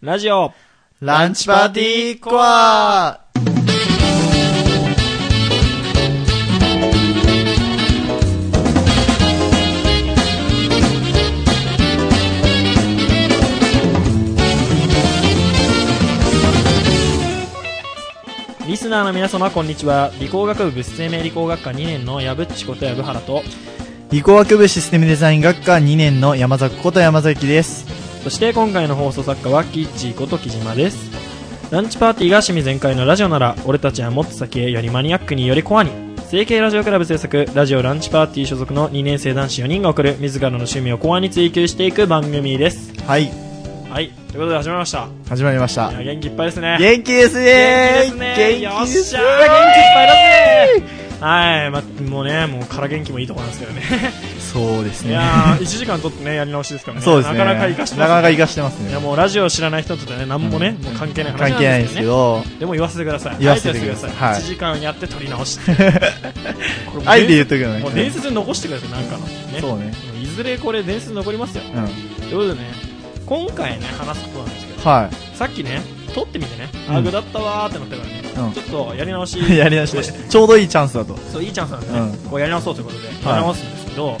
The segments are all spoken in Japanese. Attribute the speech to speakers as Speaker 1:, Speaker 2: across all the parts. Speaker 1: ラジオ
Speaker 2: ランチパーティーコア
Speaker 1: リスナーの皆様こんにちは理工学部物生命理工学科2年の矢ぶっちこと矢ぶはらと
Speaker 2: 理工学部システムデザイン学科2年の山崎こと山崎です。
Speaker 1: そして今回の放送作家はキッチーこと木島ですランチパーティーが趣味全開のラジオなら俺たちはもっと先へよりマニアックによりコアに成形ラジオクラブ制作ラジオランチパーティー所属の2年生男子4人が送る自らの趣味をコアに追求していく番組です
Speaker 2: はい、
Speaker 1: はいということで始まりました
Speaker 2: 始まりました
Speaker 1: い。や元気いっぱいですね
Speaker 2: 元気です
Speaker 1: 元
Speaker 2: ね
Speaker 1: 気ですねよっしゃー元気いっぱいだぜはい、ま、もうねもうから元気もいいとこなんですけどね
Speaker 2: そうです
Speaker 1: い
Speaker 2: ね。
Speaker 1: やー1時間とってねやり直しですからね
Speaker 2: そうですね。
Speaker 1: なかなか生かしてま
Speaker 2: な
Speaker 1: す
Speaker 2: かなか
Speaker 1: ね
Speaker 2: 活かしてます
Speaker 1: いや
Speaker 2: ね。
Speaker 1: もうラジオ知らない人にとってね何もね、もう関係ない話
Speaker 2: 関
Speaker 1: なん
Speaker 2: 係ない
Speaker 1: で
Speaker 2: ですす
Speaker 1: け
Speaker 2: け
Speaker 1: どね
Speaker 2: ど、
Speaker 1: でも言わせてください
Speaker 2: 言わせてください
Speaker 1: あえて言わせて
Speaker 2: はい
Speaker 1: ください、1時間やって撮り直して これもうね
Speaker 2: 愛で言うときの
Speaker 1: もう伝説に残してくださいなんかのね
Speaker 2: そうね。
Speaker 1: もういずれこれ伝説残りますよ
Speaker 2: うん。
Speaker 1: ということでね今回ね話すことなんですけど
Speaker 2: は
Speaker 1: さっきね撮ってみてね、
Speaker 2: うん
Speaker 1: あぐだったわーってなったからね、
Speaker 2: うん
Speaker 1: ちょっとやり直し
Speaker 2: い。やり直しました。ちょうどいいチャンスだと。
Speaker 1: そういいチャンスなんでね、
Speaker 2: うん
Speaker 1: こうやり直そうということでやり直すんですけど、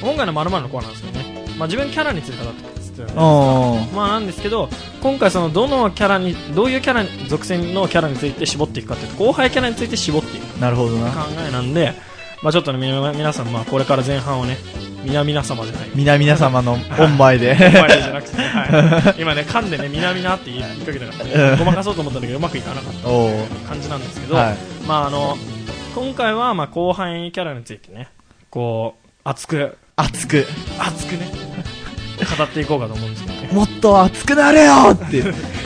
Speaker 1: 今回の〇〇のコーナーなんですけどね、まあ、自分キャラについて語ってたんですけどね
Speaker 2: おー。
Speaker 1: まあなんですけど今回そのどのキャラにどういうキャラに属性のキャラについて絞っていくかっていうと後輩キャラについて絞っていく
Speaker 2: なるほど
Speaker 1: 考
Speaker 2: な。
Speaker 1: えなんで、まあ、ちょっとねみな皆さん、まあ、これから前半をね皆皆様じゃ ないよ
Speaker 2: 皆々様のオンマイで。
Speaker 1: お前じゃなくてね、 はい、今ね噛んでね皆々って言いかけたからね、
Speaker 2: うん
Speaker 1: ごまかそうと思ったんだけどうまくいかなかった
Speaker 2: おー。
Speaker 1: 感じなんですけど、
Speaker 2: はい。
Speaker 1: まああの今回はまあ後輩キャラについてねこう熱く
Speaker 2: 熱く。
Speaker 1: 熱くね 語っていこうかと思うんですけどね
Speaker 2: もっと熱くなれよって。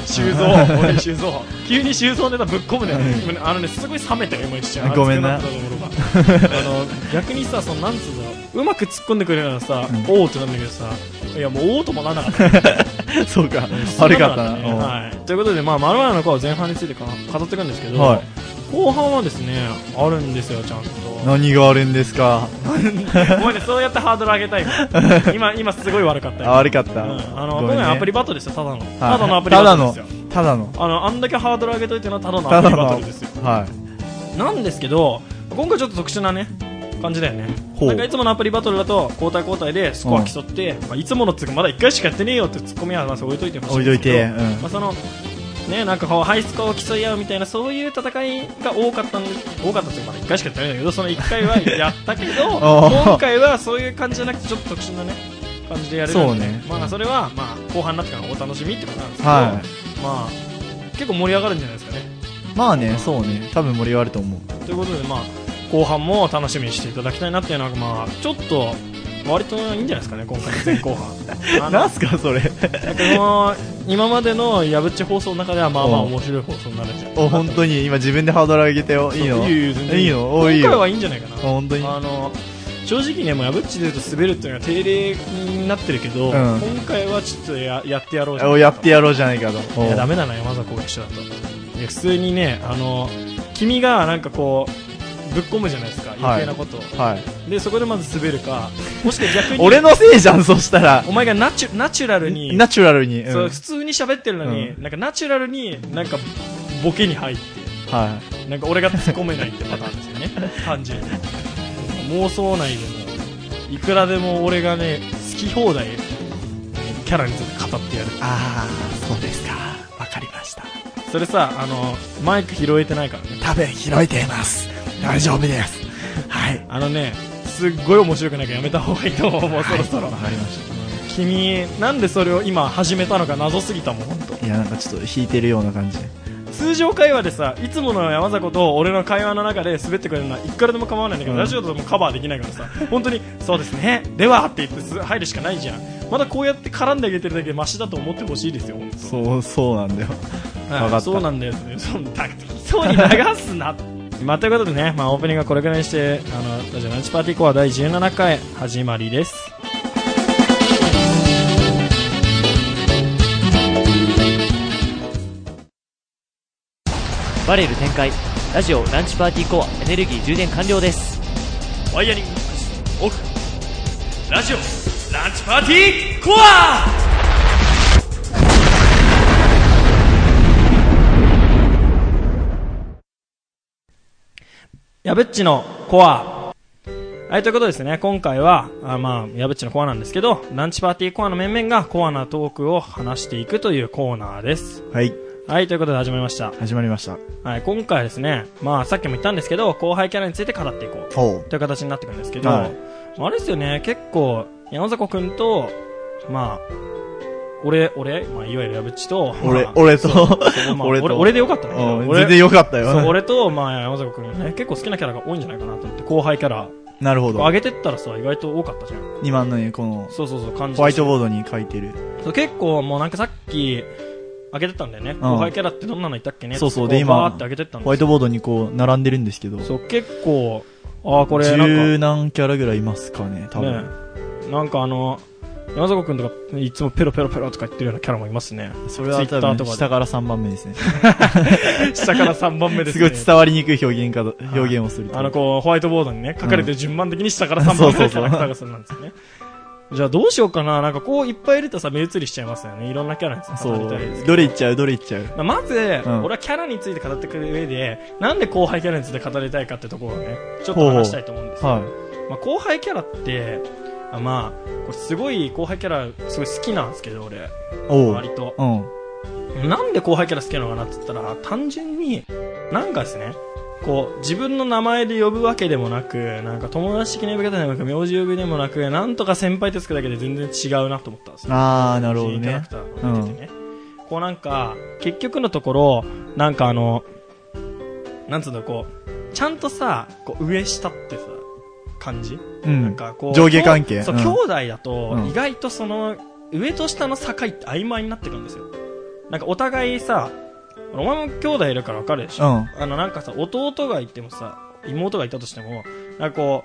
Speaker 1: 修造俺修造急に修造ネタぶっ込むね
Speaker 2: うん
Speaker 1: 今ねあのねすごい冷めたよ今一瞬
Speaker 2: ごめんな
Speaker 1: 熱くなったところ があの逆にさそのなんつうのうまく突っ込んでくれるならさ、
Speaker 2: うん
Speaker 1: おおってなんだけどさいやもうおおともならなかった
Speaker 2: そうか
Speaker 1: ね。
Speaker 2: 悪かった
Speaker 1: そ
Speaker 2: な。
Speaker 1: んのがあってねはい、ということで、まあ、まるまるの子は前半についてか語っていくんですけ
Speaker 2: う
Speaker 1: ど、
Speaker 2: んはい。
Speaker 1: 後半はですね、あるんですよ、ちゃんと。
Speaker 2: 何があるんですか
Speaker 1: ごめんね、そうやってハードル上げたい から。今、今すごい悪かったよ
Speaker 2: あ、悪かっ
Speaker 1: う
Speaker 2: た。
Speaker 1: ん、あの、今
Speaker 2: ごめんね
Speaker 1: 回アプリバトルですよ、ただの。ただのアプリ
Speaker 2: た
Speaker 1: バト
Speaker 2: だ
Speaker 1: ル
Speaker 2: の
Speaker 1: ですよ。
Speaker 2: ただの。
Speaker 1: あの、あんだけハードル上げといてのはただの
Speaker 2: た
Speaker 1: アプ
Speaker 2: だ
Speaker 1: リ
Speaker 2: の。
Speaker 1: バトルですよ。
Speaker 2: は
Speaker 1: なんですけど、今回ちょっと特殊なね、感じだよね。
Speaker 2: ほう
Speaker 1: なんかいつものアプリバトルだと、交代交代でスコア競って、まあ、いつものっつうか、まだ1回しかやってねえよってツッコミはまず置いといて
Speaker 2: い。
Speaker 1: ほしい
Speaker 2: 置
Speaker 1: ん
Speaker 2: い
Speaker 1: で
Speaker 2: と
Speaker 1: す
Speaker 2: い
Speaker 1: けど。
Speaker 2: て。うん
Speaker 1: まあ、そのねなんかこうハイスコアを競い合うみたいなそういう戦いが多かったんで多かったというかまだ1回しかやってないんだけどその1回はやった けど
Speaker 2: ー
Speaker 1: 今回はそういう感じじゃなくてちょっと特殊なね感じでやれるんで
Speaker 2: そうね
Speaker 1: まあそれはまあ後半になってからのお楽しみってことなんですけど、
Speaker 2: は
Speaker 1: まあ結構盛り上がるんじゃないですかね
Speaker 2: い。まあね、そうね。多分盛り上がると思う。
Speaker 1: ということでまあ後半も楽しみにしていただきたいなっていうのはまあちょっと割といいんじゃないですかね今回の前後 半あの
Speaker 2: なんすか、それ。
Speaker 1: なんかもう今までの矢口放送の中ではまあまあ
Speaker 2: うん
Speaker 1: 面白い放送になるんじゃないか
Speaker 2: お、
Speaker 1: な
Speaker 2: 本当に、今自分でハードル上げてよ。いい
Speaker 1: い
Speaker 2: の
Speaker 1: いよいいよ全然
Speaker 2: いいのおいい
Speaker 1: 今回
Speaker 2: よ。
Speaker 1: はいいんじゃないかな
Speaker 2: あ本当に。
Speaker 1: あの正直ねもうやぶっちで言うと滑るっていうのが定例になってるけど、
Speaker 2: ん
Speaker 1: 今回はちょっとややってやろうじゃん
Speaker 2: お、やってやろうじゃないかと。
Speaker 1: いやダ
Speaker 2: メ。
Speaker 1: メだな山崎一緒だといや普通にねあの君がなんかこうぶっ込むじゃないですか余計なことを、
Speaker 2: はい。
Speaker 1: でそこでまず滑るかもしくは逆に
Speaker 2: 俺のせいじゃん、そしたら。
Speaker 1: お前がナチュナチュラルに
Speaker 2: ナチュラルに。うん
Speaker 1: そう
Speaker 2: は
Speaker 1: 普通に喋ってるのに、
Speaker 2: う
Speaker 1: なんかナチュラルになんかボケに入って
Speaker 2: い。
Speaker 1: なんか俺が突っ込めないってパターンですよね 単純に妄想内でもいくらでも俺がね好き放題キャラについて語ってやる
Speaker 2: あー、そうですか。わかりました。
Speaker 1: それさあのマイク拾えてないからね
Speaker 2: 多分広いています。大丈夫です。はい。
Speaker 1: あのねすっごい面白くないからやめた方がいいと思う、もうそろそろ
Speaker 2: わかりました。
Speaker 1: 君なんでそれを今始めたのか謎すぎたもん本当。
Speaker 2: いや、なんかちょっと引いてるような感じ。
Speaker 1: 通常会話でさいつもの山里と俺の会話の中で滑ってくれるのはいくらでも構わないんだけど、
Speaker 2: うん
Speaker 1: ラジオだともうカバーできないからさ本当にそうですねではって言ってす入るしかないじゃんまだこうやって絡んであげてるだけでマシだと思ってほしいですよ本当
Speaker 2: そう、そうなんだよ。
Speaker 1: はい
Speaker 2: わかった
Speaker 1: そうなんだよねそうだそうに流す なまあ、ということでね、まあ、オープニングはこれぐらいにしてあのラジオランチパーティーコア第17回始まりです
Speaker 3: バレル展開ラジオランチパーティーコアエネルギー充電完了です
Speaker 1: ワイヤリングオフラジオランチパーティーコアやぶっちのコア。はい、ということですね、今回は、あまあ、やぶっちのコアなんですけど、ランチパーティーコアの面々がコアなトークを話していくというコーナーです。
Speaker 2: はい。
Speaker 1: はい、ということで始まりました。
Speaker 2: 始まりました。
Speaker 1: はい、今回はですね、まあ、さっきも言ったんですけど、後輩キャラについて語っていこう。
Speaker 2: おう。
Speaker 1: という形になってくるんですけど、
Speaker 2: はい
Speaker 1: まああれですよね、結構、山迫くんと、まあ、俺、俺、まあ、いわゆるやぶっちと、
Speaker 2: 俺
Speaker 1: ま、あ
Speaker 2: 俺と、
Speaker 1: そうまあ俺
Speaker 2: 俺と
Speaker 1: 俺でよかったね。
Speaker 2: うん
Speaker 1: 俺
Speaker 2: 全然よかった
Speaker 1: そう
Speaker 2: よ。
Speaker 1: 俺と、まあ、山坂君ね、結構好きなキャラが多いんじゃないかなと思って、後輩キャラ、
Speaker 2: なるほど
Speaker 1: 上。げてったらさ、意外と多かったじゃん。
Speaker 2: 今のね、この、
Speaker 1: そうそうそう、感じ
Speaker 2: ホワイトボードに書いてる。
Speaker 1: そう結構、もうなんかさっき、上げてったんだよね。後輩キャラってどんなのいたっけね
Speaker 2: そうそう
Speaker 1: って
Speaker 2: で今
Speaker 1: こバーって上げてったん
Speaker 2: ホワイトボードにこう、並んでるんですけど、
Speaker 1: そう、結構、ああ、これ、なん
Speaker 2: 十何キャラぐらいいますかね、
Speaker 1: か、
Speaker 2: 多
Speaker 1: ね
Speaker 2: 分。、
Speaker 1: なんかあの、山坂君とか、いつもペロペロペロとか言ってるようなキャラもいますね。
Speaker 2: それは多
Speaker 1: Twitter と
Speaker 2: 分、
Speaker 1: かで
Speaker 2: 下から3番目ですね。
Speaker 1: 下から3番目ですす
Speaker 2: ご
Speaker 1: ね。
Speaker 2: い伝わりにくい表現かと、表現をすると。
Speaker 1: あの、こう、ホワイトボードにね、書かれてる順番的に下から3番目
Speaker 2: そ
Speaker 1: の
Speaker 2: う
Speaker 1: キ
Speaker 2: そ
Speaker 1: ャ
Speaker 2: うそう
Speaker 1: ラクターがそれなんですよね。じゃあどうしようかな。なんかこういっぱいいるとさ、目移りしちゃいますよね。いろんなキャラについて
Speaker 2: そ
Speaker 1: 語りたいです
Speaker 2: う。
Speaker 1: け
Speaker 2: どれいっちゃう、どれいっちゃう。
Speaker 1: ど。まあまず、俺
Speaker 2: ん
Speaker 1: はキャラについて語ってくる上で、なんで後輩キャラについて語りたいかってところをね、ちょっと話したいと思うんですよ。
Speaker 2: は
Speaker 1: まあ、後輩キャラって、あまあ、これすごい後輩キャラ、すごい好きなんですけど、俺、
Speaker 2: い。お
Speaker 1: 割
Speaker 2: う。
Speaker 1: と。
Speaker 2: うん。
Speaker 1: なんで後輩キャラ好きなのかなって言ったら、単純に、なんかですね、こう、自分の名前で呼ぶわけでもなく、なんか友達的な呼び方でもなく、名字呼びでもなく、なんとか先輩ってつくだけで全然違うなと思ったんですよ。
Speaker 2: あー、なるほど
Speaker 1: キャラ
Speaker 2: ね
Speaker 1: ク。ターが出ててね。こうなんか、結局のところ、なんかあの、なんつうんだろう、こう、ちゃんとさ、こう、上下ってさ、感じ
Speaker 2: う
Speaker 1: なん
Speaker 2: ん。
Speaker 1: かこう
Speaker 2: 上下関係
Speaker 1: そう、
Speaker 2: うん
Speaker 1: 兄弟だと
Speaker 2: うん
Speaker 1: 意外とその上と下の境って曖昧になってくるんですよなんかお互いさお前も兄弟いるから分かるでしょ、
Speaker 2: うん
Speaker 1: あのなんかさ弟がいてもさ妹がいたとしてもなんかこ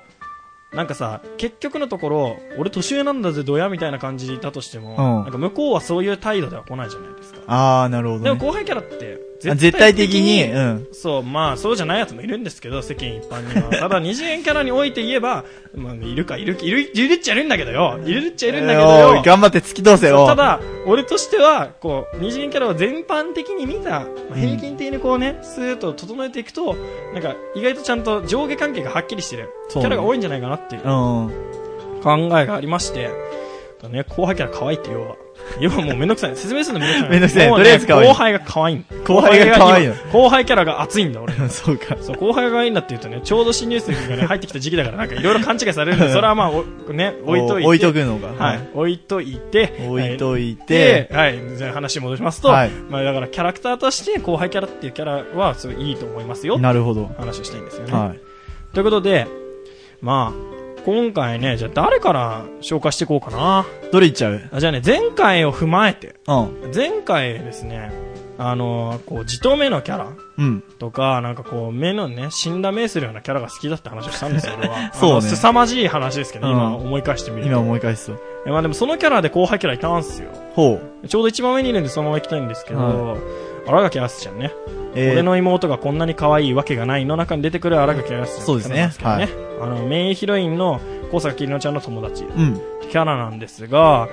Speaker 1: うなんかさ結局のところ俺年上なんだぜドヤみたいな感じだとしても、
Speaker 2: うん
Speaker 1: なんか向こうはそういう態度では来ないじゃないですか
Speaker 2: あー、なるほ
Speaker 1: で
Speaker 2: ど
Speaker 1: も
Speaker 2: ね。
Speaker 1: 後輩キャラって
Speaker 2: あ絶対的に、うん。
Speaker 1: そう、まあ、そうじゃないやつもいるんですけど、世間一般 には。ただ、二次元キャラにおいて言えば、まあ、いるか、いる、いる、いるっちゃいるんだけどよ。いるっちゃいるんだけど
Speaker 2: おい
Speaker 1: よ。
Speaker 2: 頑張って突き通せ
Speaker 1: そう
Speaker 2: よ。
Speaker 1: ただ、俺としては、こう、二次元キャラを全般的に見た、まあ平均的にこうね、スーッと整えていくと、なんか、意外とちゃんと上下関係がはっきりしてる。キ
Speaker 2: そう
Speaker 1: ャラが多いんじゃないかなっていう
Speaker 2: うん。
Speaker 1: 考えがありまして、だね、後輩キャラ可愛いって要は。要はもうめんどくさい。説明するのめんどくさい。
Speaker 2: めんどくさい
Speaker 1: もうね
Speaker 2: とりあえず可愛い
Speaker 1: 後輩が可愛いん。
Speaker 2: 後輩が可愛いの
Speaker 1: 後輩が今後輩キャラが熱いんだ、俺。
Speaker 2: そうか。
Speaker 1: そう後輩がいいんだって言うとね、ちょうど新入生が、ね、入ってきた時期だから、なんかいろいろ勘違いされるんで、それはまあ、おね、置いといて。
Speaker 2: 置いとくのが。
Speaker 1: はい。。置いといて。
Speaker 2: 置いとい
Speaker 1: は
Speaker 2: て、
Speaker 1: はい。じゃあ話戻しますと、
Speaker 2: はい
Speaker 1: まあだからキャラクターとして後輩キャラっていうキャラはすごいいいと思いますよ。
Speaker 2: なるほど。
Speaker 1: 話をしたいんですよね。
Speaker 2: はい。
Speaker 1: ということで、まあ、今回ね、じゃあ誰から紹介していこうかな。
Speaker 2: どれいっちゃう
Speaker 1: あじゃあね、前回を踏まえて、
Speaker 2: うん。
Speaker 1: 前回ですね、あのこう、じとめのキャラ。
Speaker 2: うん。
Speaker 1: とか、なんかこう、目のね、死んだ目するようなキャラが好きだって話をしたん ですよ、俺は。
Speaker 2: そうね
Speaker 1: あの凄まじい話ですけど、
Speaker 2: うん
Speaker 1: 今思い返してみる
Speaker 2: 今
Speaker 1: と。
Speaker 2: 思い返すと。
Speaker 1: えまあでもそのキャラで後輩キャラいたんすよ。
Speaker 2: ほう。
Speaker 1: ちょうど一番上にいるんでそのまま行きたいんですけど
Speaker 2: は、
Speaker 1: 荒垣あすちゃんね。
Speaker 2: えー
Speaker 1: 俺の妹がこんなに可愛いわけがないの中に出てくる荒垣あすちゃん
Speaker 2: そうですね
Speaker 1: キャラなんですけどね。あの、メインヒロインの小坂きりのちゃんの友達、
Speaker 2: うん。
Speaker 1: キャラなんですが、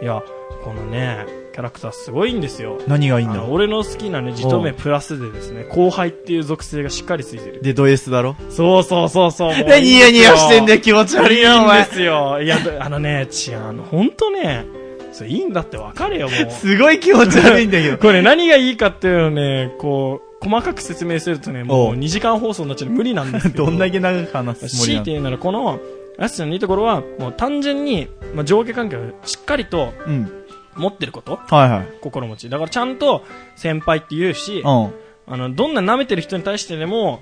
Speaker 1: いや、このね、キャラクターすごいんですよ。
Speaker 2: 何がいいん
Speaker 1: あ
Speaker 2: だ
Speaker 1: の俺の好きなね、じとめプラスでですね、後輩っていう属性がしっかりついてる。
Speaker 2: で、ド S だろ
Speaker 1: そうそうそう そう。もう
Speaker 2: 何ニヤニヤしてんだよ、気持ち
Speaker 1: い
Speaker 2: 悪い
Speaker 1: い
Speaker 2: な、お
Speaker 1: んで
Speaker 2: 前。
Speaker 1: すよ。いや、あのね、ちあの、ほんとね、それいいんだってわかれよ、も う。
Speaker 2: すごい気持ち悪いんだけど。
Speaker 1: これ何がいいかっていうのをね、こう、細かく説明するとね、も
Speaker 2: お
Speaker 1: う
Speaker 2: う
Speaker 1: 2時間放送になっちゃう無理なん ですけど。
Speaker 2: どんだけ長く話すつもり
Speaker 1: 強いて
Speaker 2: なの
Speaker 1: 言うなら、この、アスちゃんのいいところは、もう単純に、まあ、上下関係をしっかりと
Speaker 2: うん。
Speaker 1: 持ってること
Speaker 2: はいはい。
Speaker 1: 心持ち。だからちゃんと先輩って言うし、
Speaker 2: う
Speaker 1: あの、どんな舐めてる人に対してでも、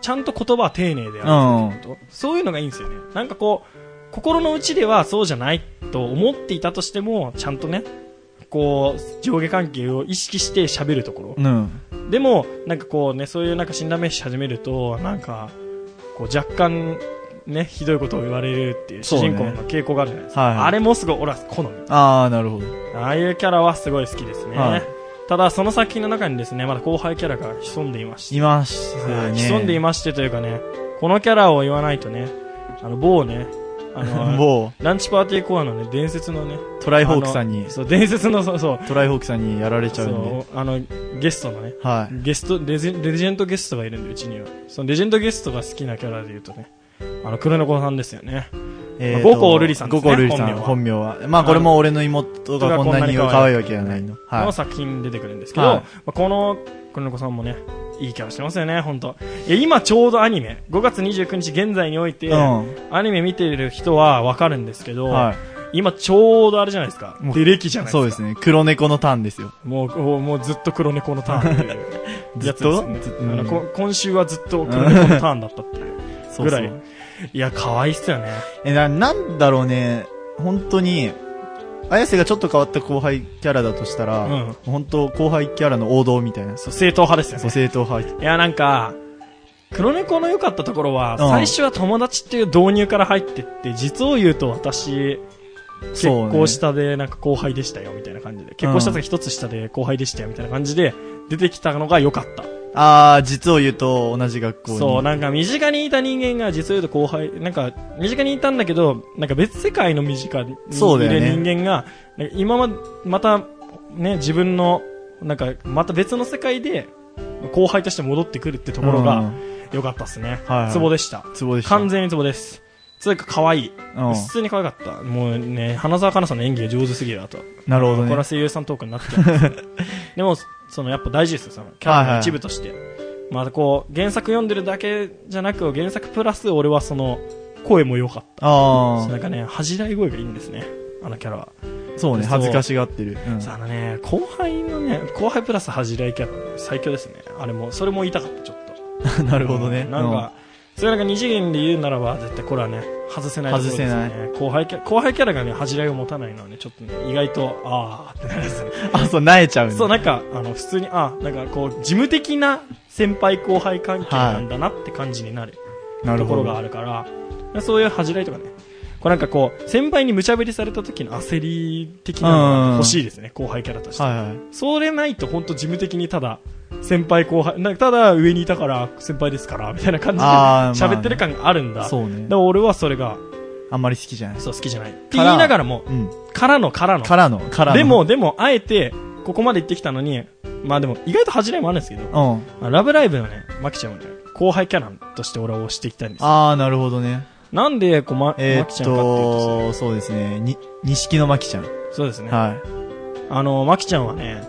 Speaker 1: ちゃんと言葉は丁寧である。
Speaker 2: ん。うん。
Speaker 1: そういうのがいいんですよね。なんかこう、心の内ではそうじゃないと思っていたとしても、ちゃんとね、こう、上下関係を意識して喋るところ。
Speaker 2: うん。
Speaker 1: でも、なんかこうね、そういうなんか診断名詞始めると、なんか、こう若干、ね、ひどいことを言われるっていう主
Speaker 2: そうね
Speaker 1: 人公の傾向があるじゃないですか。
Speaker 2: はいはい
Speaker 1: あれもすごい、俺は好み。
Speaker 2: あー、なるほど。
Speaker 1: ああいうキャラはすごい好きですね。
Speaker 2: はい
Speaker 1: ただ、その作品の中にですね、まだ後輩キャラが潜んでいまして
Speaker 2: います
Speaker 1: はい
Speaker 2: ね。
Speaker 1: 潜んでい
Speaker 2: ま
Speaker 1: ましてというかね、このキャラを言わないとね、あの、某ね、あ の、
Speaker 2: も
Speaker 1: ランチパーティーコアのね、伝説のね、
Speaker 2: う、トライホークさん
Speaker 1: あ
Speaker 2: に
Speaker 1: の、そう、伝説の、そう、そう
Speaker 2: トライホークさんにやられち
Speaker 1: そ
Speaker 2: ゃうんで。
Speaker 1: う、あの、ゲストのね、
Speaker 2: はい。
Speaker 1: ゲスト、レジェンレジェンドゲストがいるんで、うちには。そのレジェンドゲストが好きなキャラで言うとね、あの、黒猫さんですよね。
Speaker 2: え
Speaker 1: 五香瑠璃さんですね
Speaker 2: ゴコルリさん、
Speaker 1: 本
Speaker 2: 本名は。まあこれも俺の妹がこんなに可愛いわけじゃないの。
Speaker 1: の
Speaker 2: は
Speaker 1: 作品に出てくるんですけど、
Speaker 2: はい
Speaker 1: まあ、この黒猫さんもね、いいキャラしてますよね、本当いや、今ちょうどアニメ、5月29日現在におい
Speaker 2: い。
Speaker 1: て、
Speaker 2: うん。
Speaker 1: アニメ見てる人はわかるんですけど、
Speaker 2: は
Speaker 1: 今ちょうどあれじゃないですか
Speaker 2: も。う
Speaker 1: 出歴じゃないですか。
Speaker 2: そうですね。黒猫のターンですよ。
Speaker 1: もう、もうもうずっと黒猫のターンっていう
Speaker 2: ず
Speaker 1: や
Speaker 2: っ
Speaker 1: つですよ
Speaker 2: と
Speaker 1: ね
Speaker 2: ずっと
Speaker 1: あのこ今週はずっと黒猫のターンだったっていう。
Speaker 2: そう
Speaker 1: ぐ
Speaker 2: そ。
Speaker 1: らいういや、可愛いっすよね。
Speaker 2: え、な、なんだろうね。本当に、綾瀬がちょっと変わった後輩キャラだとしたら、
Speaker 1: うん
Speaker 2: 本当後輩キャラの王道みたいな。
Speaker 1: そう、正統派ですよね
Speaker 2: そう、。正統派。
Speaker 1: いや、なんか、黒猫の良かったところは、
Speaker 2: うん
Speaker 1: 最初は友達っていう導入から入ってって、実を言うと私、結
Speaker 2: そうね
Speaker 1: 婚下でなんか後輩でしたよ、みたいな感じで。結婚した時一つ下で後輩でしたよ、みたいな感じで、出てきたのが良かった。
Speaker 2: あー、実を言うと同じ学校に。
Speaker 1: そう、なんか身近にいた人間が実を言うと後輩、なんか身近にいたんだけど、なんか別世界の身近にいる
Speaker 2: そうだよね
Speaker 1: 人間が、なんか今ま、またね、自分の、なんかまた別の世界で、後輩として戻ってくるってところ
Speaker 2: う
Speaker 1: が
Speaker 2: ん、
Speaker 1: 良かったっすね。
Speaker 2: はいはい
Speaker 1: ツボでした。
Speaker 2: ツボでした。
Speaker 1: 完全にツボです。つうか可愛い。
Speaker 2: うん
Speaker 1: 普通に可愛かった。もうね、花澤香菜さんの演技が上手すぎるあと。
Speaker 2: なるほ
Speaker 1: こ
Speaker 2: ど
Speaker 1: れは
Speaker 2: ね。
Speaker 1: 声優さんトークになっちゃうんですけど でも、そのやっぱ大事ですよ、そのキャラの一部として。まあこう、原作読んでるだけじゃなく、原作プラス俺はその、声も良かっ
Speaker 2: あ
Speaker 1: た。なんかね、恥じらい声がいいんですね。あのキャラは。
Speaker 2: ー、そうね。
Speaker 1: そう
Speaker 2: 恥ずかしがってる。うん
Speaker 1: さああのね、後輩のね、後輩プラス恥じらいキャラ、ね、最強ですね。あれも、それも言いたかった、ちょっと。
Speaker 2: なるほどね。
Speaker 1: うんなんか、それなんか二次元で言うならば、絶対これはね、外せないところですよね。
Speaker 2: 外
Speaker 1: 後輩キャラ、後輩キャラがね、恥じらいを持たないのはね、ちょっとね、意外と、あーってなりますね。
Speaker 2: うん、あ、そう、なえちゃうね
Speaker 1: そう、なんか、あの、普通に、あなんかこう、事務的な先輩後輩関係なんだなって感じになる
Speaker 2: な
Speaker 1: と
Speaker 2: る
Speaker 1: こ
Speaker 2: ほ
Speaker 1: ろ
Speaker 2: ど。
Speaker 1: があるから、そういう恥じらいとかね。こうなんかこう、先輩に無茶ぶりされた時の焦り的なのが欲しいですね、後輩キャラとして。
Speaker 2: はいはい。
Speaker 1: それないと本当事務的にただ、先輩後輩、なんかただ上にいたから先輩ですから、みたいな感じで
Speaker 2: あーまあね
Speaker 1: 喋ってる感があるんだ。
Speaker 2: そう
Speaker 1: だ
Speaker 2: ね
Speaker 1: か。ら俺はそれが、
Speaker 2: あんまり好きじゃない。
Speaker 1: そう好きじゃない。って
Speaker 2: か
Speaker 1: 言
Speaker 2: ら
Speaker 1: いながらも、
Speaker 2: うん。
Speaker 1: からのからの。
Speaker 2: からの、からの。
Speaker 1: でも、、でも、あえて、ここまで行ってきたのに、まあでも、意外と恥じらいもあるんですけど、
Speaker 2: うん。
Speaker 1: あラブライブのね、マキちゃんをね、後輩キャラとして俺は推していきたいんですよ。
Speaker 2: あー、なるほどね。
Speaker 1: なんで、こう、ま、
Speaker 2: えー
Speaker 1: マキ
Speaker 2: っ
Speaker 1: ちゃんかっていうと
Speaker 2: と、そうですね。に、錦のまきちゃん。
Speaker 1: そう、そうですね。
Speaker 2: はい。
Speaker 1: あの、マキちゃんはね、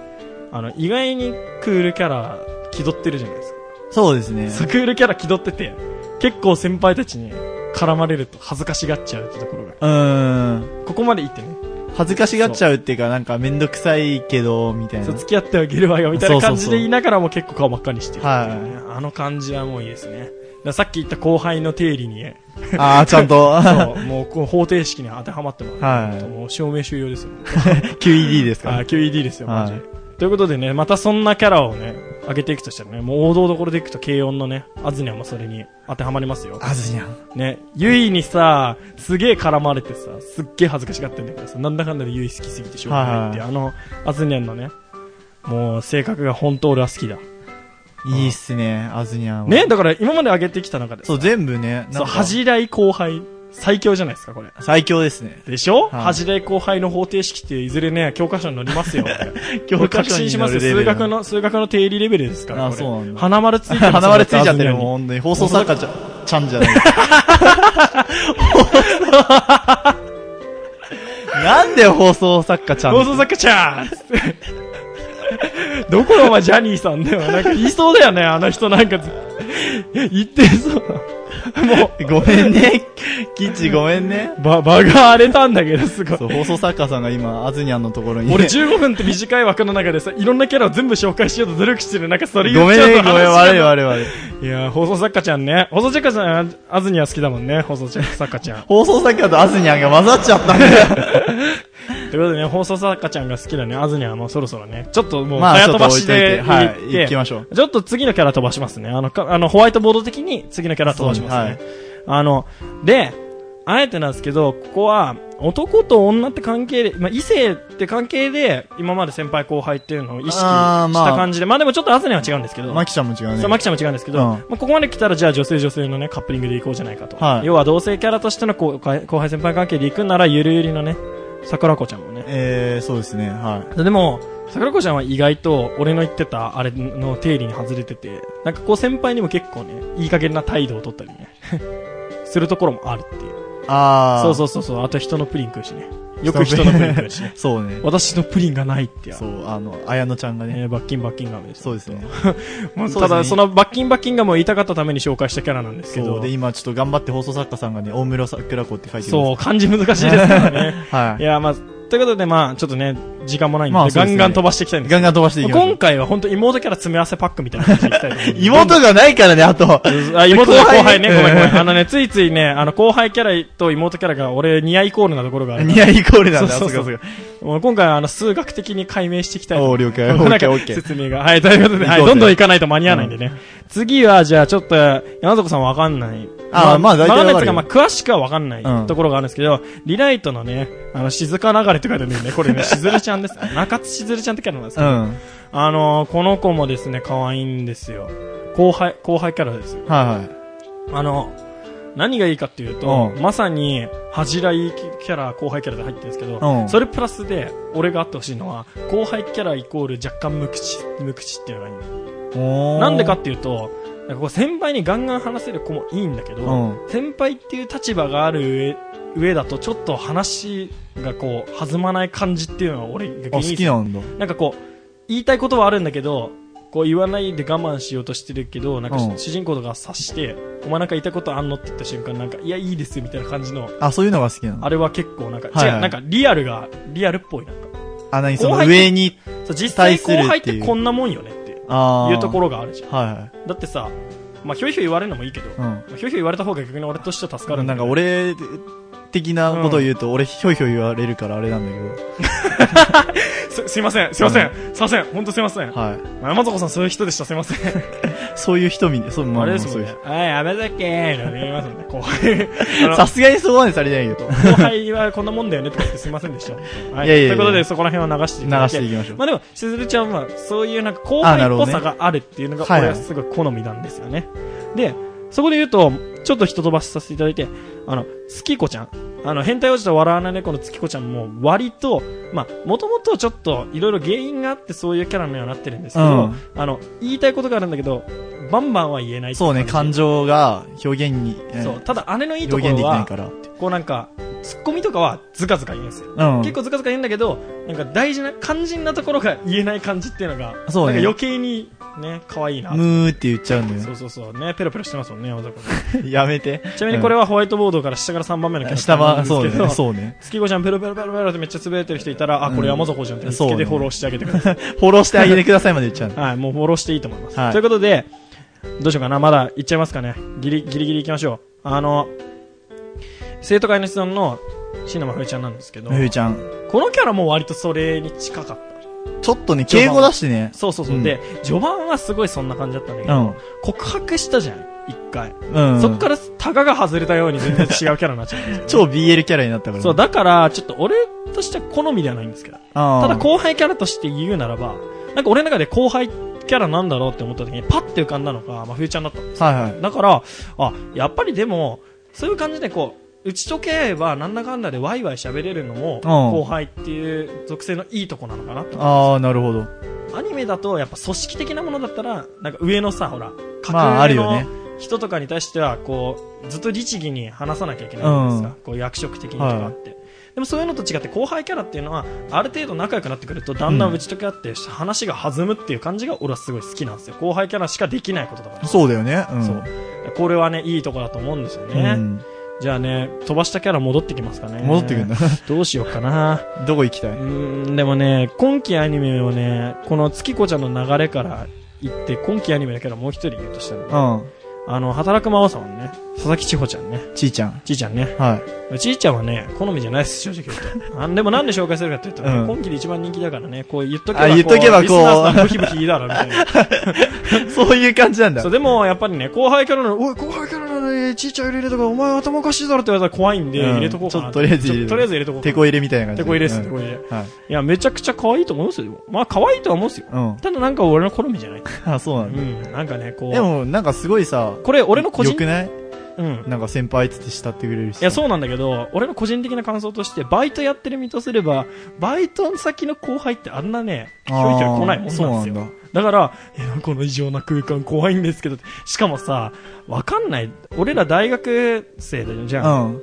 Speaker 1: あの、意外にクールキャラ気取ってるじゃないですか。
Speaker 2: そうですね。
Speaker 1: そうクールキャラ気取ってて、結構先輩たちに絡まれると恥ずかしがっちゃうってところが、
Speaker 2: うーん。
Speaker 1: ここまで行ってね、
Speaker 2: 恥ずかしがっちゃうっていうか、なんかめんどくさいけど、みたいな
Speaker 1: そう。付き合ってあげるわよみたいな感じ
Speaker 2: そうそうそう
Speaker 1: で言いながらも結構顔真っ赤にしてるっていうね、
Speaker 2: は
Speaker 1: あの感じはもういいですね。だからさっき言った後輩の定理 に、
Speaker 2: あー、ちゃん と。
Speaker 1: そう、もうこう方程式に当てはまってます。
Speaker 2: はい
Speaker 1: もう証明終了ですよ。
Speaker 2: QED です
Speaker 1: あ
Speaker 2: か
Speaker 1: ー QED ですよ、マジ
Speaker 2: は
Speaker 1: で
Speaker 2: い。
Speaker 1: ということでね、またそんなキャラをね、上げていくとしたらね、もう王道どころでいくと軽音のね、アズニャンもそれに当てはまりますよ。
Speaker 2: あずにゃん。
Speaker 1: ね、ユイにさ、すげえ絡まれてさ、すっげえ恥ずかしがってんだけどさ、なんだかんだでユイ好きすぎてしょうがないっていう、あの、アズニャンのね、もう性格が本当俺は好きだ。
Speaker 2: いいっすね、あずにゃんは。
Speaker 1: ね、だから今まで上げてきた中で、
Speaker 2: そう、全部ね。
Speaker 1: そう、
Speaker 2: は
Speaker 1: 恥じらい後輩、最強じゃないですか、これ。
Speaker 2: 最強ですね。
Speaker 1: でしょ、
Speaker 2: はい
Speaker 1: 恥じらい後輩の方程式っていずれね、教科書に載りますよ。
Speaker 2: 教科
Speaker 1: 確
Speaker 2: 書
Speaker 1: 信
Speaker 2: に
Speaker 1: し
Speaker 2: 載
Speaker 1: ますよ。
Speaker 2: るレ
Speaker 1: 数
Speaker 2: ベル
Speaker 1: 学の、数学の定理レベルですから。
Speaker 2: あ
Speaker 1: これ
Speaker 2: そうなんだ
Speaker 1: 花丸ついてますよ
Speaker 2: 鼻までついちゃ って
Speaker 1: ダズニ
Speaker 2: るもん、
Speaker 1: ャンに
Speaker 2: 本当に。放送作家ちゃちゃんじゃない。 なんで放送作家ちゃん
Speaker 1: 放送作家ちゃん どこのお前ジャニーさんだよ。なんか言いそうだよね、あの人なんかず。言ってそう。も
Speaker 2: ごめんね。キッチごめんね。
Speaker 1: う、ば、場が荒れたんだけど、すごい
Speaker 2: そ。う、放送作家さんが今、あずにゃんのところ に。
Speaker 1: 俺15分って短い枠の中でさ、いろんなキャラを全部紹介しようと努力してる。なんかそれ言
Speaker 2: ご
Speaker 1: っ
Speaker 2: めん
Speaker 1: ちゃう
Speaker 2: ね、
Speaker 1: と
Speaker 2: ごめ
Speaker 1: 話
Speaker 2: ん、
Speaker 1: が
Speaker 2: 悪い悪い悪い。
Speaker 1: いやー放送作家ちゃんね。放送作家ちゃん、あずには好きだもんね。放送作家ち ゃん。
Speaker 2: 放送作家とあずにゃんが混ざっちゃったんだよ。
Speaker 1: ということでね、放送作家ちゃんが好きだね。あずにはもうそろそろね。ちょっともう、
Speaker 2: まあ、
Speaker 1: 早
Speaker 2: ちょ
Speaker 1: 飛
Speaker 2: っと
Speaker 1: ば
Speaker 2: 置い
Speaker 1: し
Speaker 2: といて、
Speaker 1: で、
Speaker 2: は
Speaker 1: 行っ
Speaker 2: い、
Speaker 1: て
Speaker 2: 行きましょう。
Speaker 1: ちょっと次のキャラ飛ばしますね。あの、かあのホワイトボード的に次のキャラ飛ばしますね。あの、で、あえてなんですけど、ここは、男と女って関係で、まあ、異性って関係で、今まで先輩後輩っていうのを意識
Speaker 2: あー
Speaker 1: し
Speaker 2: まあ
Speaker 1: た感じで、まあ、でもちょっとアスネは違うんですけど、
Speaker 2: マキちゃんも違うね。
Speaker 1: そうマキちゃんも違うんですけど、
Speaker 2: うん
Speaker 1: まあ、ここまで来たら、じゃあ女性女性のね、カップリングでいこうじゃないかと。
Speaker 2: はい
Speaker 1: 要は同性キャラとしての後輩後輩先輩関係で行くなら、ゆるゆりのね、桜子ちゃんもね。
Speaker 2: えー、そうですね、はい。
Speaker 1: でも、桜子ちゃんは意外と、俺の言ってたあれの定理に外れてて、なんかこう先輩にも結構ね、いい加減な態度を取ったりね、 するところもあるっていう。
Speaker 2: あー。
Speaker 1: そう
Speaker 2: う。。
Speaker 1: そうそうそう、あと人のプリン食うしね。よく人のプリン食うしね
Speaker 2: そうね。
Speaker 1: 私のプリンがないってや。
Speaker 2: そう、あの、綾乃ちゃんがね。
Speaker 1: えー、バッキンバッキンガムです。
Speaker 2: そうですね。
Speaker 1: まあ
Speaker 2: そう
Speaker 1: ただ、
Speaker 2: ですね
Speaker 1: そのバッキンバッキンガムを言いたかったために紹介したキャラなんですけ
Speaker 2: そ
Speaker 1: ど
Speaker 2: う。で、、今ちょっと頑張って放送作家さんがね、大村桜子って書いてるん
Speaker 1: そう、
Speaker 2: で
Speaker 1: 漢字難しいですからね。
Speaker 2: す。 はい
Speaker 1: や、まあ、ということで、まあ、ちょっとね、時間もないんで、
Speaker 2: まあそう
Speaker 1: ガ
Speaker 2: です
Speaker 1: ン
Speaker 2: ね
Speaker 1: ガン飛ばしていきたいん
Speaker 2: い。
Speaker 1: です
Speaker 2: ガンガン飛ばしてい
Speaker 1: け
Speaker 2: き
Speaker 1: ど
Speaker 2: ましょ
Speaker 1: 今
Speaker 2: う。
Speaker 1: 回は本当妹キャラ詰め合わせパックみたいな感じでいきたいと思うんで
Speaker 2: 妹がないからね、あと。
Speaker 1: あ妹の後輩ね、ご
Speaker 2: 後
Speaker 1: めんご
Speaker 2: 輩ね
Speaker 1: めん。あのね、ついついね、あの、後輩キャラと妹キャラが俺、似合いイコールなところがある。
Speaker 2: ニアイコールなんだ、
Speaker 1: そうそうそう
Speaker 2: あかそ
Speaker 1: もう今回はあの、数学的に解明していきたいな
Speaker 2: おー了解
Speaker 1: こんな
Speaker 2: OK OK
Speaker 1: 説明が。はい、ということで、はい、
Speaker 2: 行こうぜ
Speaker 1: どんどん行かないと間に合わないんでね。次は、じゃあちょっと、山底さんわかんない。
Speaker 2: あーまあ大体
Speaker 1: わかんないとか、
Speaker 2: わかるよ
Speaker 1: まあ、詳しくはわかんない
Speaker 2: うん
Speaker 1: ところがあるんですけど、リライトのね、あの、静か流れとかでね、これね、しずるちゃんです。 中津しずるちゃんってキャラなんですけ
Speaker 2: う
Speaker 1: ど、
Speaker 2: ん。はい
Speaker 1: あのーこの子もですね、可愛いんですよ。後輩、後輩キャラですよ。
Speaker 2: はい。
Speaker 1: あの、何がいいかっていうと、
Speaker 2: う
Speaker 1: まさに、恥じらいキャラ、後輩キャラで入ってるんですけど、
Speaker 2: うん
Speaker 1: それプラスで、俺があってほしいのは、後輩キャライコール若干無口、無口っていうのがいいの。
Speaker 2: おー
Speaker 1: なんでかっていうと、なんかこう先輩にガンガン話せる子もいいんだけど、
Speaker 2: う
Speaker 1: 先輩っていう立場がある上、上だとちょっと話がこう、弾まない感じっていうのは俺が
Speaker 2: あ、好
Speaker 1: 原因
Speaker 2: きなんだ。
Speaker 1: なんかこう、言いたいことはあるんだけど、こう言わないで我慢しようとしてるけど、なんか
Speaker 2: うん
Speaker 1: 主人公とか察して、お前なんか言いたいことあんのって言った瞬間、なんか、いや、いいですよみたいな感じの、
Speaker 2: あ、そういうのが好きなの
Speaker 1: あれは結構なんか、
Speaker 2: はいはい
Speaker 1: 違う、なんかリアルが、リアルっぽいなんか。
Speaker 2: あ、何そ
Speaker 1: 後
Speaker 2: の
Speaker 1: 輩って
Speaker 2: 上に、
Speaker 1: そう実際
Speaker 2: 対するってい
Speaker 1: 後
Speaker 2: う
Speaker 1: 輩ってこんなもんよねってい
Speaker 2: あー。
Speaker 1: うところがあるじゃん。
Speaker 2: ろ。はいはい。
Speaker 1: だってさ、まあ、ひょいひょい言われるのもいいけど、
Speaker 2: う
Speaker 1: ま
Speaker 2: ん。
Speaker 1: あひょいひょい言われた方が逆に俺としては助かるだけ
Speaker 2: なん
Speaker 1: ど
Speaker 2: か、俺的なことを言うと、俺ひょいひょい言われるからあれなんだ
Speaker 1: す、すいません、すいません、すいません、ほんとすいません。
Speaker 2: けど。はい。
Speaker 1: まあ山里さんそういう人でした、すいません。
Speaker 2: そういう人見て、そう、ま
Speaker 1: あ
Speaker 2: あ
Speaker 1: れ
Speaker 2: まあ、
Speaker 1: です
Speaker 2: そ
Speaker 1: も
Speaker 2: うんいう
Speaker 1: ね。 あ、やめとけーなんて言いますもんね、後輩。あ
Speaker 2: 人。
Speaker 1: の
Speaker 2: さすがにそこまでされないけど。
Speaker 1: 後輩はこんなもんだよねとか言ってすいませんでした。はい
Speaker 2: やいやいや
Speaker 1: ということで、そこら辺は流して
Speaker 2: 流
Speaker 1: いただ
Speaker 2: していきましょう
Speaker 1: ま。あでも、しずるちゃんは、そういうなんか後
Speaker 2: あ
Speaker 1: 輩
Speaker 2: なる
Speaker 1: っ
Speaker 2: ほ
Speaker 1: ぽ
Speaker 2: ど
Speaker 1: さ
Speaker 2: ね
Speaker 1: があるっていうのが、
Speaker 2: はい
Speaker 1: 俺
Speaker 2: はい
Speaker 1: はすごい好みなんですよね。で、そこで言うと、ちょっと人飛ばしさせていただいて、あの、月子ちゃん。あの、変態王子と笑わない猫の月子ちゃんも、割と、まあ、もともとちょっと、いろいろ原因があってそういうキャラにはなってるんですけど、
Speaker 2: うん
Speaker 1: あの、言いたいことがあるんだけど、バンバンは言えないってい
Speaker 2: そうね、
Speaker 1: 感
Speaker 2: 感
Speaker 1: じ。
Speaker 2: 情が表現に、えー
Speaker 1: そう。ただ、姉のいいとこ
Speaker 2: 表現
Speaker 1: ろ
Speaker 2: できない
Speaker 1: は
Speaker 2: か、らって。
Speaker 1: こうなんか、ツッコミとかはズカズカ言うんですよ。
Speaker 2: うん。
Speaker 1: 結構ずかずか言うんだけど、なんか大事な、肝心なところが言えない感じっていうのが、
Speaker 2: そうね
Speaker 1: なんか余計にね、可愛いな。
Speaker 2: むーって言っちゃうんだ
Speaker 1: そ
Speaker 2: よ
Speaker 1: うそうそう。ね、ペロペロしてますもんね、山田君
Speaker 2: ね。やめて。
Speaker 1: ちなみにこれはホワイトボードから下から3番目のキャラクタ
Speaker 2: 下
Speaker 1: ーな
Speaker 2: は、
Speaker 1: んです
Speaker 2: そう
Speaker 1: けど、
Speaker 2: ね、そうね。
Speaker 1: 月子ちゃんペロペロペロペロってめっちゃつぶれてる人いたら、あ、
Speaker 2: うん
Speaker 1: これ山底じゃんって見つ
Speaker 2: そ
Speaker 1: け
Speaker 2: う
Speaker 1: て
Speaker 2: ね
Speaker 1: フォローしてあげてください。
Speaker 2: フォローしてあげてくださいまで言っちゃうの。
Speaker 1: はい、もうフォローしていいと思います。
Speaker 2: はい
Speaker 1: ということで、どうしようかな、まだ行っちゃいますかね。ギリ、ギリギリ行きましょう。あの、生徒会の質問の、シナマフエちゃんなんですけど、
Speaker 2: ふゆちゃん。
Speaker 1: このキャラも割とそれに近かった。
Speaker 2: ちょっとね、敬語だしね。
Speaker 1: そうそうそう。
Speaker 2: うん
Speaker 1: で、序盤はすごいそんな感じだったんだけ
Speaker 2: う
Speaker 1: ど、
Speaker 2: ん。
Speaker 1: 告白したじゃん、一回。
Speaker 2: うん。
Speaker 1: そっから、タガが外れたように全然違うキャラになっちゃったん ですよ
Speaker 2: 超 BL キャラになったからね。
Speaker 1: そう、だから、ちょっと俺としては好みではないんですけど、
Speaker 2: あー
Speaker 1: ただ後輩キャラとして言うならば、なんか俺の中で後輩キャラなんだろうって思った時に、パッて浮かんだのが、まあ、冬ちゃんだったんです。
Speaker 2: はいはい。
Speaker 1: だから、あ、やっぱりでも、そういう感じでこう、打ち解け合えば、なんだかんだでワイワイ喋れるのも、
Speaker 2: うん
Speaker 1: 後輩っていう属性のいいとこなのかなと
Speaker 2: ああ、なるほど。
Speaker 1: アニメだとやっぱ組織的なものだったらなんか上のさほら
Speaker 2: まあ、あ
Speaker 1: 格
Speaker 2: る
Speaker 1: 上の
Speaker 2: よね。
Speaker 1: 人とかに対してはこうずっと律儀に話さなきゃいけないじゃないですか、
Speaker 2: うん
Speaker 1: こう役職的にとかあって、でもそういうのと違って後輩キャラっていうのはある程度仲良くなってくるとだんだん打ち解け合って話が弾むっていう感じが俺はすごい好きなんですよ後輩キャラしかできないことだから
Speaker 2: そうだよね。うん。
Speaker 1: そうこれはねいいとこだと思うんですよね、
Speaker 2: うん
Speaker 1: じゃあね飛ばしたキャラ戻ってきますかね
Speaker 2: 戻ってくるんだ。
Speaker 1: どうしようかな
Speaker 2: どこ行きた
Speaker 1: う
Speaker 2: い
Speaker 1: ーんでもね、今期アニメをね、この月子ちゃんの流れから言って、今期アニメだけどもう一人言うとしたらね、
Speaker 2: う
Speaker 1: あの、働く魔王様のね、佐々木千穂ちゃんね、
Speaker 2: ん。ちいちゃん。
Speaker 1: ちいちゃんね。
Speaker 2: は い。
Speaker 1: ちいちゃんはね、好みじゃないです、正直言う と。あんでもなんで紹介するかっていうとね、
Speaker 2: うん
Speaker 1: 今期で一番人気だからね、こう言っとけばこ
Speaker 2: あ
Speaker 1: う、
Speaker 2: 言っとけばこう
Speaker 1: リスナーさんブヒブヒ言い だろ、みたいな。
Speaker 2: そういう感じなんだ
Speaker 1: そう、。でもやっぱりね、後輩キャラの、おい、後輩キャラなのにれちいちゃん入れとかお前頭おかしいだろって言われたら怖いんで、
Speaker 2: うん
Speaker 1: 入れとこうかな
Speaker 2: ちょっととりあえず
Speaker 1: ち
Speaker 2: 入れる
Speaker 1: ょとりあえず入れとこうか
Speaker 2: 手
Speaker 1: な
Speaker 2: こ入れみたいな感じ
Speaker 1: てこ入れです、
Speaker 2: うん
Speaker 1: てこ入れ。い
Speaker 2: はい。
Speaker 1: や、めちゃくちゃ可愛いと思いますよ。まあ、可愛いとは思うんですよ。
Speaker 2: うん。
Speaker 1: ただなんか俺の好みじゃない。
Speaker 2: あ、そうなん
Speaker 1: う
Speaker 2: だ。
Speaker 1: ん、なんかね、こう。
Speaker 2: でも、なんかすごいさ、
Speaker 1: これ俺の個人
Speaker 2: よ、くない
Speaker 1: うん。
Speaker 2: なんか先輩っつって慕ってくれるし。
Speaker 1: いや、そうなんだけど、俺の個人的な感想として、バイトやってる身とすれば、バイト先の後輩ってあんなね、ひょいひょい来ないもんなんです
Speaker 2: そう
Speaker 1: よ
Speaker 2: な。んだ。
Speaker 1: だから、えこの異常な空間怖いんですけどって、しかもさ、わかんない。俺ら大学生だよ、じゃん。
Speaker 2: うん。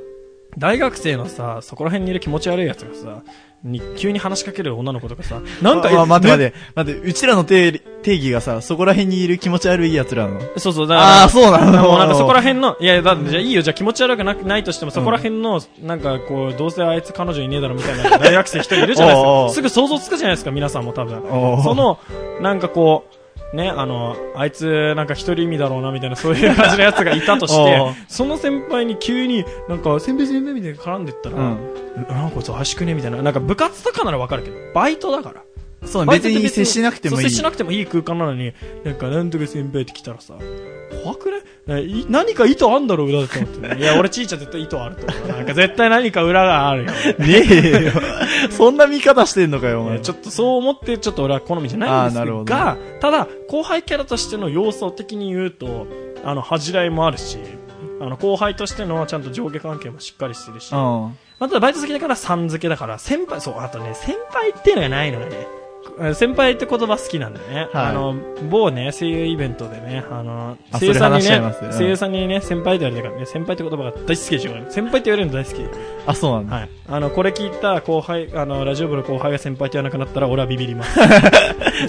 Speaker 1: 大学生のさ、そこら辺にいる気持ち悪いやつがさ、に急に話しかける女の子とかさ、なんか、
Speaker 2: まあ、待って待
Speaker 1: ね
Speaker 2: って、待って、うちらの定定義がさ、そこら辺にいる気持ち悪い奴らの。
Speaker 1: そうそう、だから
Speaker 2: ああー、、そうな
Speaker 1: だから
Speaker 2: の
Speaker 1: もうなんかそこら辺 の、いや、だってじゃあいいよ、じゃあ気持ち悪くなくないとしても、そこら辺の、なんかこう、どうせあいつ彼女いねえだろみたいな大学生一人いるじゃないです
Speaker 2: おうお
Speaker 1: か。
Speaker 2: う
Speaker 1: すぐ想像つくじゃないですか、皆さんも多分。
Speaker 2: おう
Speaker 1: その、なんかこう、ね、あの、あいつなんか一人意味だろうなみたいな、そういう感じのやつがいたとし
Speaker 2: おうおう
Speaker 1: て、その先輩に急に、なんか、先輩先輩みたいに絡んでったら、
Speaker 2: うん
Speaker 1: なんかこいつ怪しくねみたいな、なんか部活とかならわかるけど、バイトだから。
Speaker 2: そう、別に接しなくてもい
Speaker 1: そう
Speaker 2: い。
Speaker 1: 接しなくてもいい空間なのに、なんか、なんとか先輩って来たらさ、怖くないない何か意図あんだろう、裏だと思 って、ね。いや、俺ちいちゃん絶対意図あると思う。なんか絶対何か裏が あるよ。
Speaker 2: ねえよ。 そんな見方してんのかよ、お
Speaker 1: いや
Speaker 2: 前。
Speaker 1: ちょっとそう思って、ちょっと俺は好みじゃないんです
Speaker 2: あーなるほど
Speaker 1: が、ただ、後輩キャラとしての要素的に言うと、あの、恥じらいもあるし、あの、後輩としてのちゃんと上下関係もしっかりしてるし、ま
Speaker 2: うん。
Speaker 1: あ、ただバイト先だからさん付けだから、先輩、そう、あとね、先輩っていうのがないのがね、えー先輩って言葉好きなんだよね。
Speaker 2: はい
Speaker 1: あの、某ね、声優イベントでね、あの、
Speaker 2: あ
Speaker 1: 声優さんに
Speaker 2: それ話し
Speaker 1: ね
Speaker 2: ちゃいます、うん
Speaker 1: 声優さんにね、先輩って言われたからね、先輩って言葉が大好きでしょ、俺先輩って言われるの大好き。
Speaker 2: あ、そうなんだ。
Speaker 1: はい、あのこれ聞いた後輩あのラジオ部の後輩が先輩って言わなくなったら俺はビビり ますそれ
Speaker 2: なるほど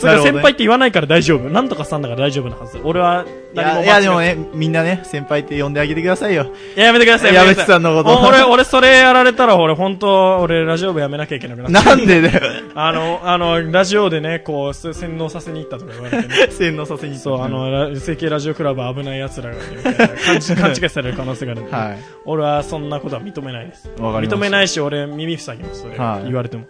Speaker 1: は
Speaker 2: ね
Speaker 1: 先輩って言わないから大丈夫なんとかさんだから大丈夫なはず俺はい何も
Speaker 2: や、い
Speaker 1: 間違
Speaker 2: や
Speaker 1: っ
Speaker 2: でもね、みんなね、先輩って呼んであげてくださいよ。
Speaker 1: いややめてください
Speaker 2: 矢
Speaker 1: め
Speaker 2: 部
Speaker 1: てくだ
Speaker 2: さんのこと
Speaker 1: お俺俺それやられたら俺本当俺ラジオ部やめなきゃいけなくなっちゃう
Speaker 2: なんで だよ。
Speaker 1: あのあのラジオでねこうす洗脳させに行ったとか言われて、 ね
Speaker 2: 洗脳させに行った
Speaker 1: そうあ、 のラ整形ラジオクラブは危ない奴らが、ね、みたいな勘違い勘違いされる可能性があるんで、
Speaker 2: はい。
Speaker 1: 俺はそんなことは認めないです
Speaker 2: わかりました
Speaker 1: 認めないし俺耳塞ぎますそれ、
Speaker 2: はい
Speaker 1: 言われても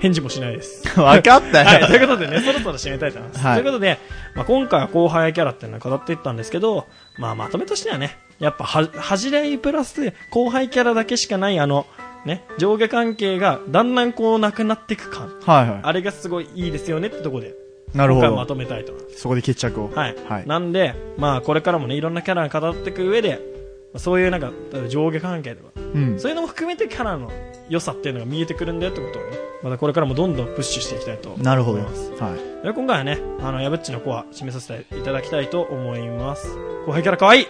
Speaker 1: 返事もしないです
Speaker 2: わかった
Speaker 1: はい、とい
Speaker 2: よ。
Speaker 1: うことでね、そろそろ締めたいと思います。
Speaker 2: はい
Speaker 1: ということで、まあ、今回は後輩キャラっていうのを語っていったんですけど、まあ、まとめとしてはね、やっぱは、恥じらいプラス、後輩キャラだけしかない、あの、ね、上下関係がだんだんこうなくなっていく感。
Speaker 2: はいは
Speaker 1: あれがすごいいいですよねってとこで、
Speaker 2: い。なる
Speaker 1: 今
Speaker 2: ほ
Speaker 1: 回はま
Speaker 2: ど。
Speaker 1: とめたいと思います。
Speaker 2: そこで決着を。
Speaker 1: はい。
Speaker 2: はい。
Speaker 1: なんで、まあ、これからもね、いろんなキャラが語っていく上で、そういうなんか、上下関係とか、
Speaker 2: うん。
Speaker 1: そういうのも含めてキャラの良さっていうのが見えてくるんだよってことをね、またこれからもどんどんプッシュしていきたいと思います。
Speaker 2: なるほど。はい。
Speaker 1: で今回はね、あの、やぶっちの子は締めさせていただきたいと思います。後輩キャラ可愛い